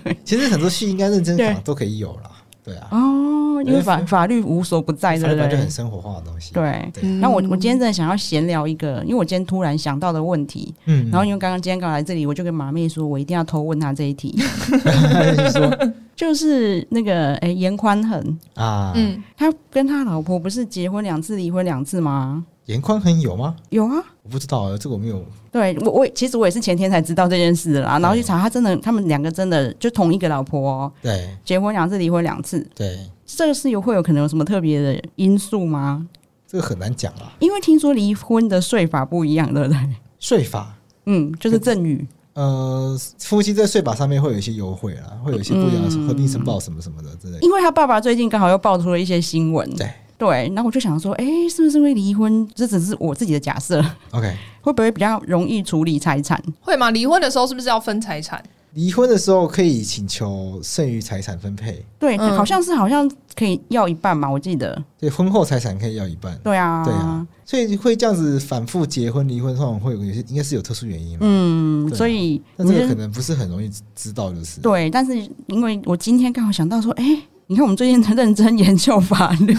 Speaker 1: 哎，
Speaker 2: 其实很多戏应该认真
Speaker 3: 啊
Speaker 1: 对
Speaker 2: 想都可以有啦，对啊，
Speaker 1: 哦，因为法法律无所不在，
Speaker 2: 反
Speaker 1: 对
Speaker 2: 正
Speaker 1: 不
Speaker 2: 就
Speaker 1: 对
Speaker 2: 很？生活化的东西，，
Speaker 1: 对。
Speaker 2: 嗯
Speaker 1: 那我我今天真的想要闲聊一个，因为我今天突然想到的问题，
Speaker 2: 嗯，
Speaker 1: 然后因为刚刚今天刚来这里，我就跟马妹说，我一定要偷问她这一 题，
Speaker 2: 你说
Speaker 1: 就是那个哎严宽恒，
Speaker 2: 啊，
Speaker 3: 嗯，
Speaker 1: 他跟他老婆不是结婚两次，离婚两次吗？
Speaker 2: 严宽很有吗？
Speaker 1: 有啊，
Speaker 2: 我不知道啊，这个我没有，
Speaker 1: 对我，我其实我也是前天才知道这件事的啦，然后去查，他真的，他们两个真的就同一个老婆、哦，
Speaker 2: 对
Speaker 1: 结婚两次，离婚两次，
Speaker 2: 对，
Speaker 1: 这个是有会有可能有什么特别的因素吗？
Speaker 2: 这个很难讲啦，
Speaker 1: 因为听说离婚的税法不一样，对不对？
Speaker 2: 税法。
Speaker 1: 嗯，就是赠与，
Speaker 2: 呃，夫妻在税法上面会有一些优惠啦，会有一些不一样的
Speaker 1: 嗯
Speaker 2: 合并申报什么什么的之类的。
Speaker 1: 因为他爸爸最近刚好又爆出了一些新闻，
Speaker 2: 对
Speaker 1: 对，然后我就想说，哎，是不是因为离婚？这只是我自己的假设，
Speaker 2: OK，
Speaker 1: 会不会比较容易处理财产？
Speaker 3: 会吗？离婚的时候是不是要分财产？
Speaker 2: 离婚的时候可以请求剩余财产分配，
Speaker 1: 对，
Speaker 3: 嗯
Speaker 1: 好像是好像可以要一半嘛，我记得，
Speaker 2: 对，婚后财产可以要一半。
Speaker 1: 对啊，
Speaker 2: 对啊，所以会这样子反复结婚离婚，通常会有有些应该是有特殊原因嘛。
Speaker 1: 嗯，
Speaker 2: 对啊
Speaker 1: 所以
Speaker 2: 但
Speaker 1: 你
Speaker 2: 这
Speaker 1: 是
Speaker 2: 个可能不是很容易知知道，就是
Speaker 1: 对，但是因为我今天刚好想到说，哎、你看我们最近在认真研究法律，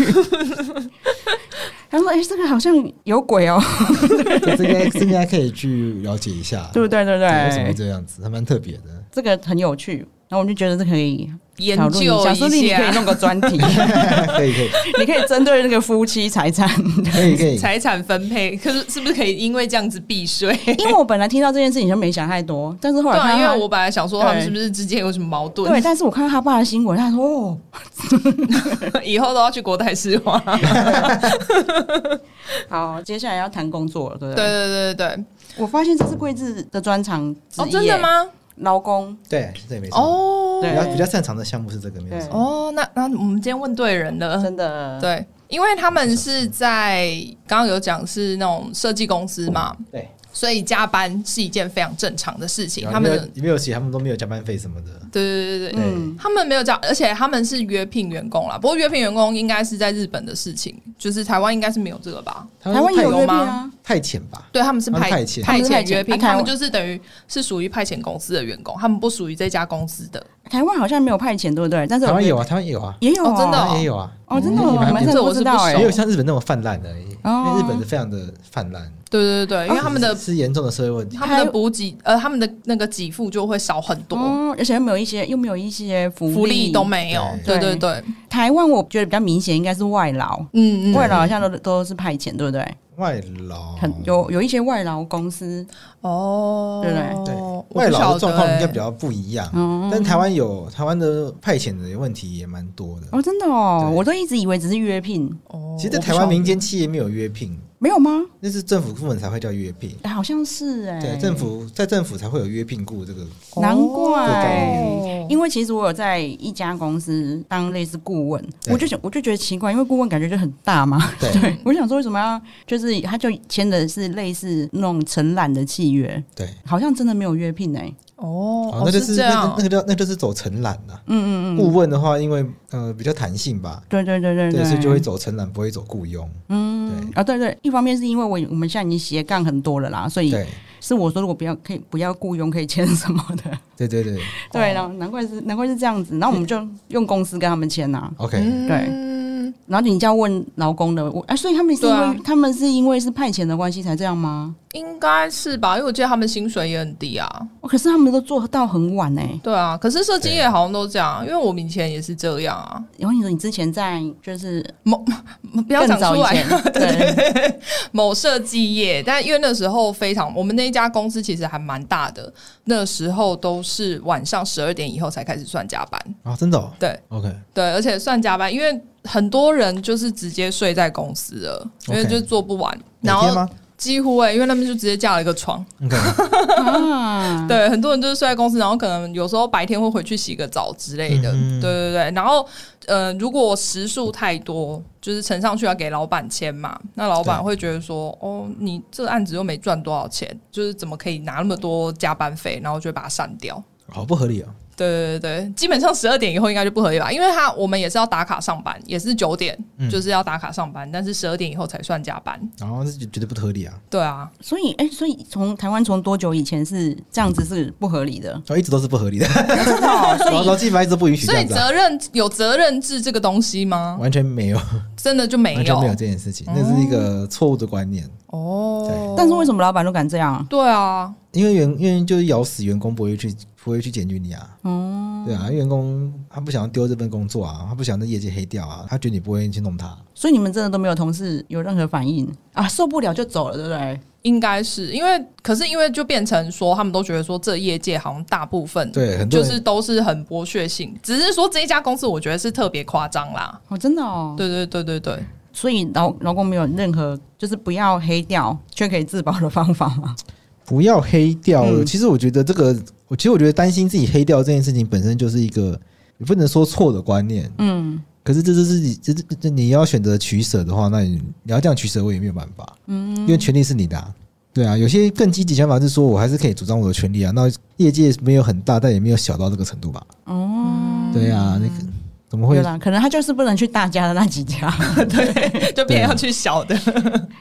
Speaker 1: 他说，哎、这个好像有鬼哦，
Speaker 2: 这这应该这应该可以去了解一下，
Speaker 1: 对不对？对不
Speaker 2: 对为什么
Speaker 1: 对？
Speaker 2: 会这样子，还蛮特别的。
Speaker 1: 这个很有趣，然后我就觉得这可以
Speaker 3: 研
Speaker 1: 讨论
Speaker 3: 究
Speaker 1: 一下，说不定
Speaker 3: 一
Speaker 1: 你可以
Speaker 3: 下
Speaker 1: 弄个专 题，
Speaker 2: 可以可以
Speaker 1: 你可以针对那个夫妻财产，
Speaker 2: 可以 可以，
Speaker 3: 财产分配，可是是不是可以因为这样子避税？
Speaker 1: 因为我本来听到这件事情就没想太多，但是后来
Speaker 3: 对啊，
Speaker 1: 看
Speaker 3: 因
Speaker 1: 到
Speaker 3: 为
Speaker 1: 他。
Speaker 3: 我本来想说他们
Speaker 1: 对
Speaker 3: 是不是之间有什么矛盾？
Speaker 1: 对，但是我看到他爸的新闻，他说哦，
Speaker 3: 以后都要去国泰世华。
Speaker 1: 好，接下来要谈工作 了，对不
Speaker 3: 对
Speaker 1: 对？
Speaker 3: 对对对对，
Speaker 1: 我发现这是桂智的专长
Speaker 3: 哦，真的？吗？
Speaker 1: 劳工，
Speaker 2: 对对没错。
Speaker 3: 哦
Speaker 1: 对
Speaker 2: 比较比较擅长的项目是这个，没有错。
Speaker 3: 哦，那那我们今天问对人了。
Speaker 1: 真的，
Speaker 3: 对，因为他们是在刚刚有讲是那种设计公司嘛，
Speaker 2: 对，
Speaker 3: 所以加班是一件非常正常的事情。
Speaker 2: 然
Speaker 3: 他
Speaker 2: 后没有
Speaker 3: 们
Speaker 2: 没有写，他们都没有加班费什么的。
Speaker 3: 对对对对对，
Speaker 1: 嗯，
Speaker 3: 他们没有加，而且他们是约聘员工啦。不过约聘员工应该是在日本的事情，就是台湾应该是没有这个吧？
Speaker 1: 台湾也
Speaker 2: 太
Speaker 1: 有
Speaker 3: 有
Speaker 1: 月饼
Speaker 3: 吗
Speaker 1: 啊，
Speaker 2: 太浅吧？
Speaker 3: 对，他们是
Speaker 2: 他们
Speaker 3: 派
Speaker 2: 派遣
Speaker 1: 他们是派
Speaker 3: 遣
Speaker 1: 遣
Speaker 3: 约聘，
Speaker 1: 啊台湾
Speaker 3: 他们就是等于是属于派遣公司的员工，他们不属于这家公司的。
Speaker 1: 台湾好像没有派遣，对不对？但是
Speaker 2: 台湾有
Speaker 1: 啊，
Speaker 2: 啊，台湾也有啊，
Speaker 1: 也有、
Speaker 3: 哦真的
Speaker 2: 台
Speaker 3: 哦
Speaker 2: 湾也有啊。
Speaker 1: 哦真的、
Speaker 2: 嗯
Speaker 1: 哦，
Speaker 2: 也
Speaker 1: 我们真的不知道哎、
Speaker 3: 这
Speaker 2: 没
Speaker 3: 我
Speaker 2: 有
Speaker 3: 是
Speaker 2: 像日本那么泛滥而已，因
Speaker 1: 哦
Speaker 2: 为日本的非常的泛滥，
Speaker 3: 对对对，因为他们的、
Speaker 2: 是严重的社会问题。
Speaker 3: 他们的补给呃，他们的那个给付就会少很多，
Speaker 1: 哦，而且又没有一些又没有一些福利
Speaker 3: 福利都没有。
Speaker 1: 对
Speaker 3: 对对对，
Speaker 1: 台湾我觉得比较明显应该是外劳，
Speaker 3: 嗯嗯，
Speaker 1: 外劳好像都都是派遣，对不对？
Speaker 2: 外劳
Speaker 1: 很有有一些外劳公司，
Speaker 3: 哦，
Speaker 1: 对
Speaker 2: 对
Speaker 3: 我不
Speaker 2: 外劳
Speaker 3: 晓
Speaker 2: 的
Speaker 3: 得
Speaker 2: 状况应该
Speaker 3: 欸哦
Speaker 2: 比较不一样，
Speaker 1: 嗯
Speaker 2: 但台湾有台湾的派遣的问题也蛮多的。
Speaker 1: 哦，真的哦，
Speaker 2: 对
Speaker 1: 我都一直以为只是约聘，
Speaker 3: 哦
Speaker 2: 其实，在
Speaker 3: 我不
Speaker 2: 台湾
Speaker 3: 晓得
Speaker 2: 民间企业没有约聘，
Speaker 1: 没有吗？
Speaker 2: 那是政府部门才会叫约聘。
Speaker 1: 好像是哎、
Speaker 2: 对，政府在政府才会有约聘雇这个。
Speaker 1: 难
Speaker 2: 这个
Speaker 1: 怪
Speaker 2: 概
Speaker 3: 哦
Speaker 1: 因为其实我有在一家公司当类似顾问，
Speaker 2: 对
Speaker 1: 我就想我就觉得奇怪，因为顾问感觉就很大嘛。
Speaker 2: 对
Speaker 1: 对，我想说为什么要就是他就签的是类似那种承揽的契约，
Speaker 2: 对，
Speaker 1: 好像真的没有约聘哎、
Speaker 3: 哦，
Speaker 2: 哦
Speaker 3: 哦
Speaker 2: 那就是
Speaker 3: 这
Speaker 2: 那个
Speaker 3: 样
Speaker 2: 那个叫那就是走承揽呐。
Speaker 1: 嗯嗯嗯，
Speaker 2: 顾问的话，因为呃比较弹性吧，
Speaker 1: 对对对对
Speaker 2: 对，
Speaker 1: 对，
Speaker 2: 所以就会走承揽，不会走雇佣。
Speaker 1: 嗯啊对对，一方面是因为我我们现在已经斜杠很多了啦，所以
Speaker 2: 对，
Speaker 1: 是我说如果不要可以不要雇佣可以签什么 的，
Speaker 2: 对对对
Speaker 1: 对，然后难怪是难怪是这样子，然后我们就用公司跟他们签呐、啊
Speaker 2: ，OK，
Speaker 1: 嗯
Speaker 3: 嗯对，
Speaker 1: 然后你就要问劳工的，我啊，所以他们是因为、
Speaker 3: 对啊
Speaker 1: 他们是因为是派遣的关系才这样吗？
Speaker 3: 应该是吧，因为我记得他们薪水也很低啊。
Speaker 1: 哦、可是他们都做到很晚哎、
Speaker 3: 对啊，可是设计业好像都这样，因为我们以前也是这样啊。
Speaker 1: 然后你说你之前在就是
Speaker 3: 不要
Speaker 1: 更
Speaker 3: 讲
Speaker 1: 早
Speaker 3: 出
Speaker 1: 以
Speaker 3: 来
Speaker 1: 前， 对，
Speaker 3: 某设计业，但因为那时候非常，我们那一家公司其实还蛮大的，那时候都是晚上十二点以后才开始算加班。
Speaker 2: 啊，真的哦
Speaker 3: 对
Speaker 2: ，OK，
Speaker 3: 对，而且算加班，因为很多人就是直接睡在公司了，因为
Speaker 2: OK
Speaker 3: 就是做不完，
Speaker 2: 每
Speaker 3: 然
Speaker 2: 天
Speaker 3: 后
Speaker 2: 吗
Speaker 3: 几乎哎、欸，因为那边就直接架了一个床。
Speaker 2: ？OK，
Speaker 1: 啊，
Speaker 3: 对，很多人就是睡在公司，然后可能有时候白天会回去洗个澡之类的。
Speaker 2: 嗯
Speaker 3: 对对对，然后呃，如果时数太多，就是呈上去要给老板签嘛，那老板
Speaker 2: 对
Speaker 3: 会觉得说，哦，你这案子又没赚多少钱，就是怎么可以拿那么多加班费，然后就会把它删掉。
Speaker 2: 好不合理哦。
Speaker 3: 对对对，基本上十二点以后应该就不合理吧，因为他我们也是要打卡上班，也是九点、
Speaker 2: 嗯
Speaker 3: 就是要打卡上班，但是十二点以后才算加班。
Speaker 2: 然后是觉得不合理啊，
Speaker 3: 对啊，
Speaker 1: 所以哎、所以从台湾从多久以前是这样子是不合理的？
Speaker 2: 哦然后一直都是不合理的，
Speaker 1: 真的哦所
Speaker 2: 然后
Speaker 1: 以
Speaker 2: 劳基法一直不允许这
Speaker 3: 所以
Speaker 2: 样子啊，
Speaker 3: 责任有责任制这个东西吗？
Speaker 2: 完全没有，
Speaker 3: 真的就没
Speaker 2: 完全没有这件事情，那是一个错误的观念。
Speaker 3: 哦，
Speaker 1: 但是为什么老板都敢这样？
Speaker 3: 对啊，
Speaker 2: 因为员因为就是咬死员工不会去不会去检举你啊，
Speaker 1: 哦、
Speaker 2: 对啊，因为员工他不想要丢这份工作啊，他不想让业绩黑掉啊，他觉得你不会去弄他，
Speaker 1: 所以你们真的都没有同事有任何反应啊？受不了就走了，对不对？
Speaker 3: 应该是因为，可是因为就变成说，他们都觉得说这业界好像大部分
Speaker 2: 对，很多
Speaker 3: 就
Speaker 2: 人
Speaker 3: 是都是很剥削性，只是说这一家公司我觉得是特别夸张啦。
Speaker 1: 哦，真的哦，
Speaker 3: 对对对对对，
Speaker 1: 所以劳劳工没有任何就是不要黑掉却可以自保的方法吗？
Speaker 2: 不要黑掉了。
Speaker 1: 嗯
Speaker 2: 其实我觉得这个，我其实我觉得担心自己黑掉这件事情本身就是一个，也不能说错的观念。
Speaker 1: 嗯。
Speaker 2: 可是这就是你，这这这你要选择取舍的话，那你你要这样取舍，我也没有办法。嗯，因为权利是你的、啊。对啊，有些更积极想法是说，我还是可以主张我的权利啊。那业界没有很大，但也没有小到这个程度吧？
Speaker 1: 哦，
Speaker 2: 对啊，那个怎么会
Speaker 1: 对啦，可能他就是不能去大家的那几家。
Speaker 3: 就变成要去小的。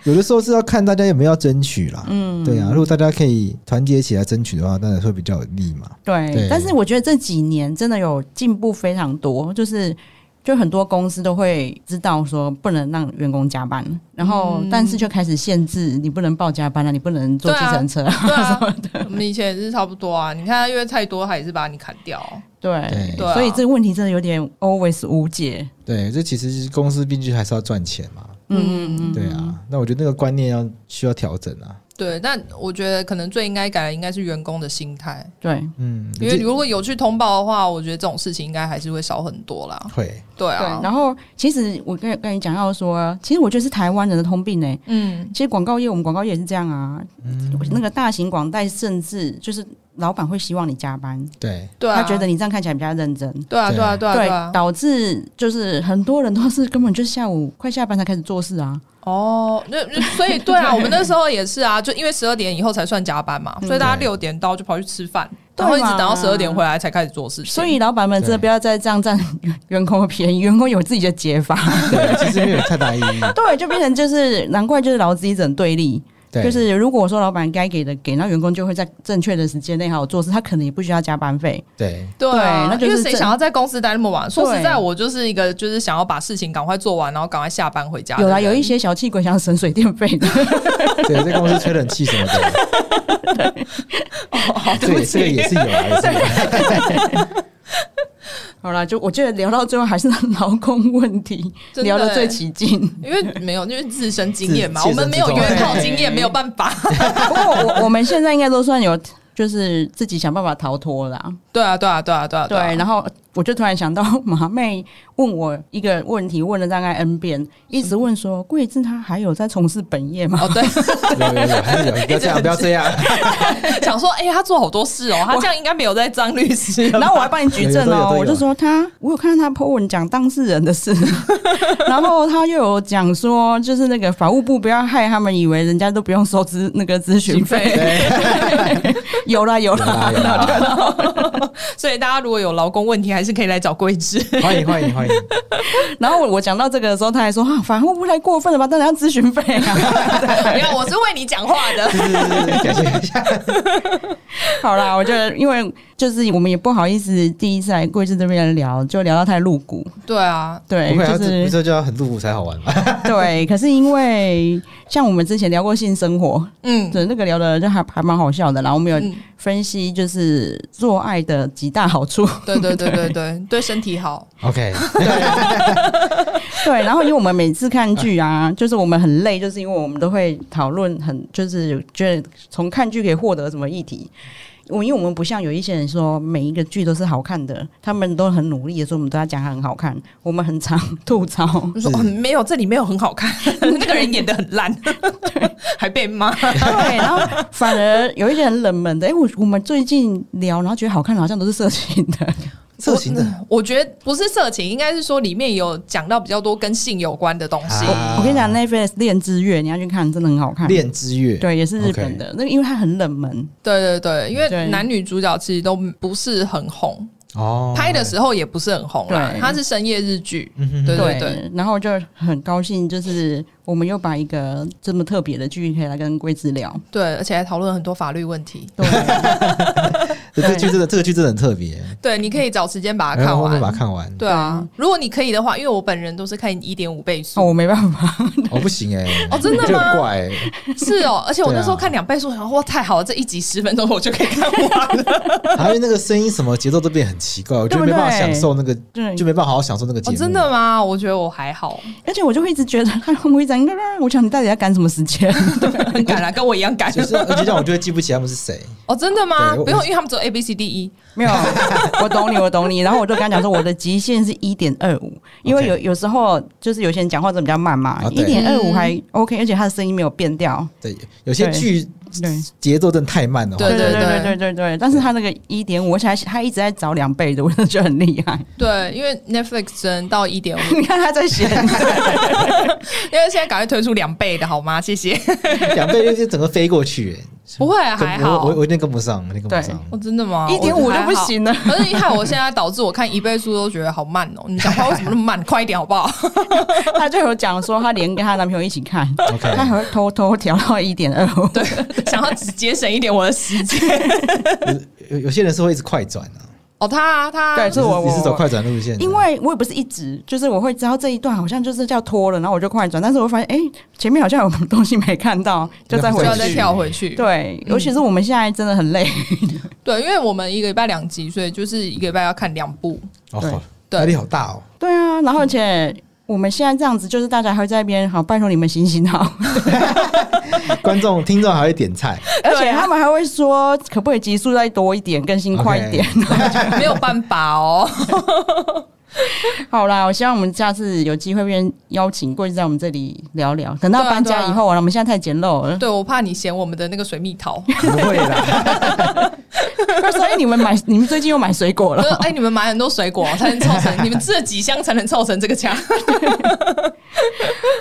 Speaker 2: 有的时候是要看大家有没有要争取啦。嗯，对啊，如果大家可以团结起来争取的话，当然会比较有利嘛。
Speaker 1: 对，
Speaker 2: 对
Speaker 1: 但是我觉得这几年真的有进步非常多，就是。就很多公司都会知道说不能让员工加班，然后
Speaker 3: 嗯
Speaker 1: 但是就开始限制你不能报加班了、你不能坐计
Speaker 3: 对啊
Speaker 1: 程车，
Speaker 3: 对啊，我们以前也是差不多啊。你看，因为太多，他也是把你砍掉。
Speaker 1: 对，
Speaker 2: 对
Speaker 3: 对啊
Speaker 1: 所以这个问题真的有点 always 无解。
Speaker 2: 对，这其实是公司毕竟还是要赚钱嘛。
Speaker 1: 嗯，
Speaker 2: 对啊，那我觉得那个观念要需要调整啊。
Speaker 3: 对，但我觉得可能最应该改的应该是员工的心态，
Speaker 1: 对，
Speaker 2: 嗯，
Speaker 3: 因为
Speaker 2: 这
Speaker 3: 如果有去通报的话，我觉得这种事情应该还是会少很多啦。
Speaker 2: 会
Speaker 3: 对
Speaker 1: 对。
Speaker 3: 啊，
Speaker 1: 然后其实我跟跟你讲到说，其实我觉得是台湾人的通病呢、
Speaker 3: 嗯，
Speaker 1: 其实广告业，我们广告业也是这样啊。
Speaker 2: 嗯
Speaker 1: 那个大型广代，甚至就是老板会希望你加班，
Speaker 2: 对
Speaker 3: 对啊，
Speaker 1: 他觉得你这样看起来比较认真。
Speaker 3: 对啊，
Speaker 2: 对
Speaker 3: 对啊，对啊，对啊。
Speaker 1: 导致就是很多人都是根本就下午快下班才开始做事啊。
Speaker 3: 哦，那那所以对啊，我们那时候也是啊，就因为十二点以后才算加班嘛，所以大家
Speaker 2: 对
Speaker 3: 六点到就跑去吃饭，
Speaker 1: 对
Speaker 3: 然后一直
Speaker 1: 嘛
Speaker 3: 等到十二点回来才开始做事情。
Speaker 1: 所以老板们真的
Speaker 2: 对
Speaker 1: 不要再这样占员工的便宜，员工有自己的解 法。
Speaker 2: 对，其实没有太大意义。
Speaker 1: 对，就变成就是难怪就是劳资一整对立。
Speaker 2: 对，
Speaker 1: 就是如果说老板该给的给，那员工就会在正确的时间内好好做事，他可能也不需要加班费。
Speaker 2: 对
Speaker 3: 对啊，
Speaker 1: 对那就是
Speaker 3: 因为谁
Speaker 1: 这
Speaker 3: 想要在公司待那么晚？说实
Speaker 1: 对
Speaker 3: 在，我就是一个就是想要把事情赶快做完，然后赶快下班回家的
Speaker 1: 有
Speaker 3: 人。
Speaker 1: 啦，有一些小气鬼想省水电 费的，
Speaker 2: 对，在公司吹冷气什么的，
Speaker 3: 哦，好对
Speaker 2: 对，
Speaker 3: 不起
Speaker 2: 这个也是有啊，也是有。
Speaker 1: 好啦，就我觉得聊到最后还是劳工问题
Speaker 3: 真的
Speaker 1: 聊得最
Speaker 3: 欸
Speaker 1: 起劲。
Speaker 3: 因为没有，因为自身经验嘛，
Speaker 2: 自
Speaker 3: 我们没有
Speaker 2: 自身
Speaker 3: 原
Speaker 1: 自
Speaker 3: 考
Speaker 1: 重
Speaker 3: 经验，没有办法。
Speaker 1: 不过我我们现在应该都算有，就是自己想办法逃脱啦。
Speaker 3: 对啊，对啊，对啊，对啊，
Speaker 1: 对，
Speaker 3: 啊
Speaker 1: 然后我就突然想到，马妹问我一个问题，问了大概 N 遍，一直问说桂枝她还有在从事本业吗？
Speaker 3: 哦，对，
Speaker 2: 有有有，还是有，不要这样，不要这样，
Speaker 3: 想说，哎、他做好多事哦，他这样应该没有在张律师了吧。
Speaker 1: 然后我还帮你举证
Speaker 2: 有有
Speaker 1: 哦
Speaker 2: 都，有
Speaker 1: 我就说她，我有看到她 po 文讲当事人的事， 然后她又有讲说，就是那个法务部不要害他们以为人家都不用收咨那个咨询费，有啦有
Speaker 2: 有
Speaker 1: 啦，
Speaker 2: 啦有啦，
Speaker 3: 所以大家如果有劳工问题，还是可以来找桂枝。
Speaker 2: 欢迎欢迎欢迎，
Speaker 1: 然后我我讲到这个的时候，他还说啊，法务部太过分了吧，当然要咨询费啊。
Speaker 3: 没有，我是为你讲话的。
Speaker 2: 是是是，感谢一下，
Speaker 1: 好啦，我觉得因为就是我们也不好意思第一次来贵志这边聊，就聊到太露骨，
Speaker 3: 对啊，
Speaker 1: 对，
Speaker 2: 不会啊，
Speaker 1: 就
Speaker 2: 这
Speaker 1: 是
Speaker 2: 这就要很露骨才好玩嘛，
Speaker 1: 对。可是因为像我们之前聊过性生活，
Speaker 3: 嗯
Speaker 1: 对那个聊的就还还蛮好笑的啦。我们有
Speaker 3: 嗯，
Speaker 1: 分析就是做爱的几大好处，
Speaker 3: 对对对对对，对身体好。
Speaker 2: OK，
Speaker 1: 对。然后因为我们每次看剧啊，就是我们很累，就是因为我们都会讨论很，就是觉得从看剧可以获得什么议题。我因为我们不像有一些人说每一个剧都是好看的，他们都很努力的说我们都要讲它很好看，我们很常 吐槽。
Speaker 3: 我说、哦、没有，这里没有很好看， 那个人演的很烂， 还被骂。
Speaker 1: 对，然后反而有一些很冷门的，哎、我我们最近聊，然后觉得好看的好像都是色情的，
Speaker 2: 色情的
Speaker 3: 我觉得不是色情，应该是说里面有讲到比较多跟性有关的东西。
Speaker 2: 啊
Speaker 1: 我跟你讲，Netflix 恋之月你要去看，真的很好看。
Speaker 2: 恋之月，
Speaker 1: 对，也是日本的，那个因为它很冷门，
Speaker 3: 对对对，因
Speaker 1: 对
Speaker 3: 为男女主角其实都不是很红，
Speaker 2: 哦，
Speaker 3: 拍的时候也不是很红啦
Speaker 1: 对。
Speaker 3: 它是深夜日剧，
Speaker 2: 嗯哼
Speaker 3: 对
Speaker 1: 对
Speaker 3: 对对，
Speaker 1: 然后就很高兴，就是我们又把一个这么特别的剧可以来跟龟子聊，
Speaker 3: 对，而且还讨论很多法律问题。
Speaker 1: 对，
Speaker 2: 这这剧真的这个剧真的很特别，
Speaker 3: 对，你可以找时间把它
Speaker 2: 然
Speaker 3: 看
Speaker 2: 哎后后面把
Speaker 3: 完。
Speaker 2: 它看完，
Speaker 3: 对啊，如果你可以的话，因为我本人都是看一点五倍
Speaker 1: 哦，
Speaker 3: 速，
Speaker 1: 我没办法，
Speaker 2: 哦不行哎，
Speaker 3: 哦真的吗
Speaker 2: 这很怪欸，
Speaker 3: 是哦，而且我那时候
Speaker 2: 对啊
Speaker 3: 看两倍速，然后哇，太好了，这一集十分钟我就可以看 完了。
Speaker 2: 还有那个声音什么节奏都变很奇怪，我觉得没办法
Speaker 1: 对不对
Speaker 2: 享受那个，
Speaker 1: 对
Speaker 2: 就，没办法好好享受那个节
Speaker 3: 哦，
Speaker 2: 目，
Speaker 3: 真的吗？我觉得我还好，
Speaker 1: 而且我就会一直觉得他会不会讲，我想你到底在赶什么时间？
Speaker 3: 很赶啊，跟我一样 赶。
Speaker 2: 就是而且这样我就会记不起他们是谁，
Speaker 3: 哦，真的吗？
Speaker 2: 对我
Speaker 3: 不用，因为他们只有 A B C D E。
Speaker 1: 没有，我懂你，我懂你。然后我就跟他讲说，我的极限是一点二五，因为有有时候就是有些人讲话真的比较慢嘛
Speaker 2: 啊，
Speaker 1: 一
Speaker 2: 对
Speaker 1: 点二五还 OK，而且他的声音没有变调，
Speaker 2: 对，有些
Speaker 1: 对
Speaker 2: 剧
Speaker 1: 对。
Speaker 2: 节奏真的太慢了，哦
Speaker 3: 对
Speaker 1: 对对
Speaker 3: 对
Speaker 1: 对
Speaker 3: 对
Speaker 1: 对对对，但是他那个一点五，而且还他一直在找两倍的，我真的觉得很厉害。
Speaker 3: 对，因为 Netflix 只能到一点五，
Speaker 1: 你看他在写，
Speaker 3: 因为现在赶快推出两倍的好吗？谢谢。
Speaker 2: 两倍就是整个飞过去，欸
Speaker 3: 不会，啊
Speaker 2: 跟
Speaker 3: 还
Speaker 2: 我
Speaker 3: 好。
Speaker 2: 我我一定跟不上，我一定跟不上。
Speaker 3: 哦，真的吗？
Speaker 1: 一点五就不 行了。
Speaker 3: 我觉得还好。可是，一害我现在导致我看一倍速都觉得好慢哦。你讲话为什么那么慢？快一点好不好？
Speaker 1: 她就有讲说，她连跟她男朋友一起看，
Speaker 2: OK，
Speaker 1: 她还会偷偷调到一点二五。对，
Speaker 3: 想要节省一点我的时间。
Speaker 2: 有有些人是会一直快转啊，
Speaker 3: 哦，他啊他啊
Speaker 1: 对是我
Speaker 2: 你是你是走
Speaker 1: 我
Speaker 2: 快转路线的，
Speaker 1: 因为我也不是一直，就是我会知道这一段好像就是叫拖了，然后我就快转，但是我会发现，哎、前面好像有东西没看到， 就再嗯回
Speaker 3: 啊就要
Speaker 2: 那
Speaker 3: 再
Speaker 1: 去。
Speaker 3: 跳回去。
Speaker 1: 对，尤其是我们现在真的很累，
Speaker 3: 对，因为我们一个礼拜两集，所以就是一个礼拜要看两 部。
Speaker 1: 对
Speaker 2: 哦，
Speaker 3: 对
Speaker 2: 压力好大哦。
Speaker 1: 对啊，然后而且我们现在这样子，就是大家还会在那边好拜托你们行行 好，
Speaker 2: 观众、听众还会点 菜，
Speaker 1: 而且
Speaker 3: 啊
Speaker 1: 他们还会说可不可以集数再多一点，更新快一点。
Speaker 3: 没有办法哦。
Speaker 1: 好啦，我希望我们下次有机会变邀请贵子在我们这里聊聊。等到
Speaker 3: 对啊
Speaker 1: 搬家
Speaker 3: 对啊
Speaker 1: 以后啊，我们现在太简陋了，
Speaker 3: 对，我怕你嫌我们的那个水蜜 桃。
Speaker 2: 不会啦，
Speaker 1: 所哎以你们买， 你们最近又买水果
Speaker 3: 我说
Speaker 1: 了。
Speaker 3: 哎、你们买很多水果才能凑 成，你们吃了几箱才能凑成这个家？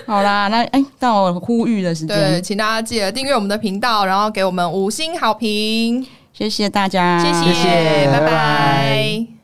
Speaker 1: 好啦，那哎、到我呼吁的时
Speaker 3: 对，
Speaker 1: 间，
Speaker 3: 请大家记得订阅我们的频道，然后给我们五星好评，
Speaker 1: 谢谢大家，
Speaker 3: 谢
Speaker 2: 谢拜
Speaker 3: 拜拜
Speaker 2: 拜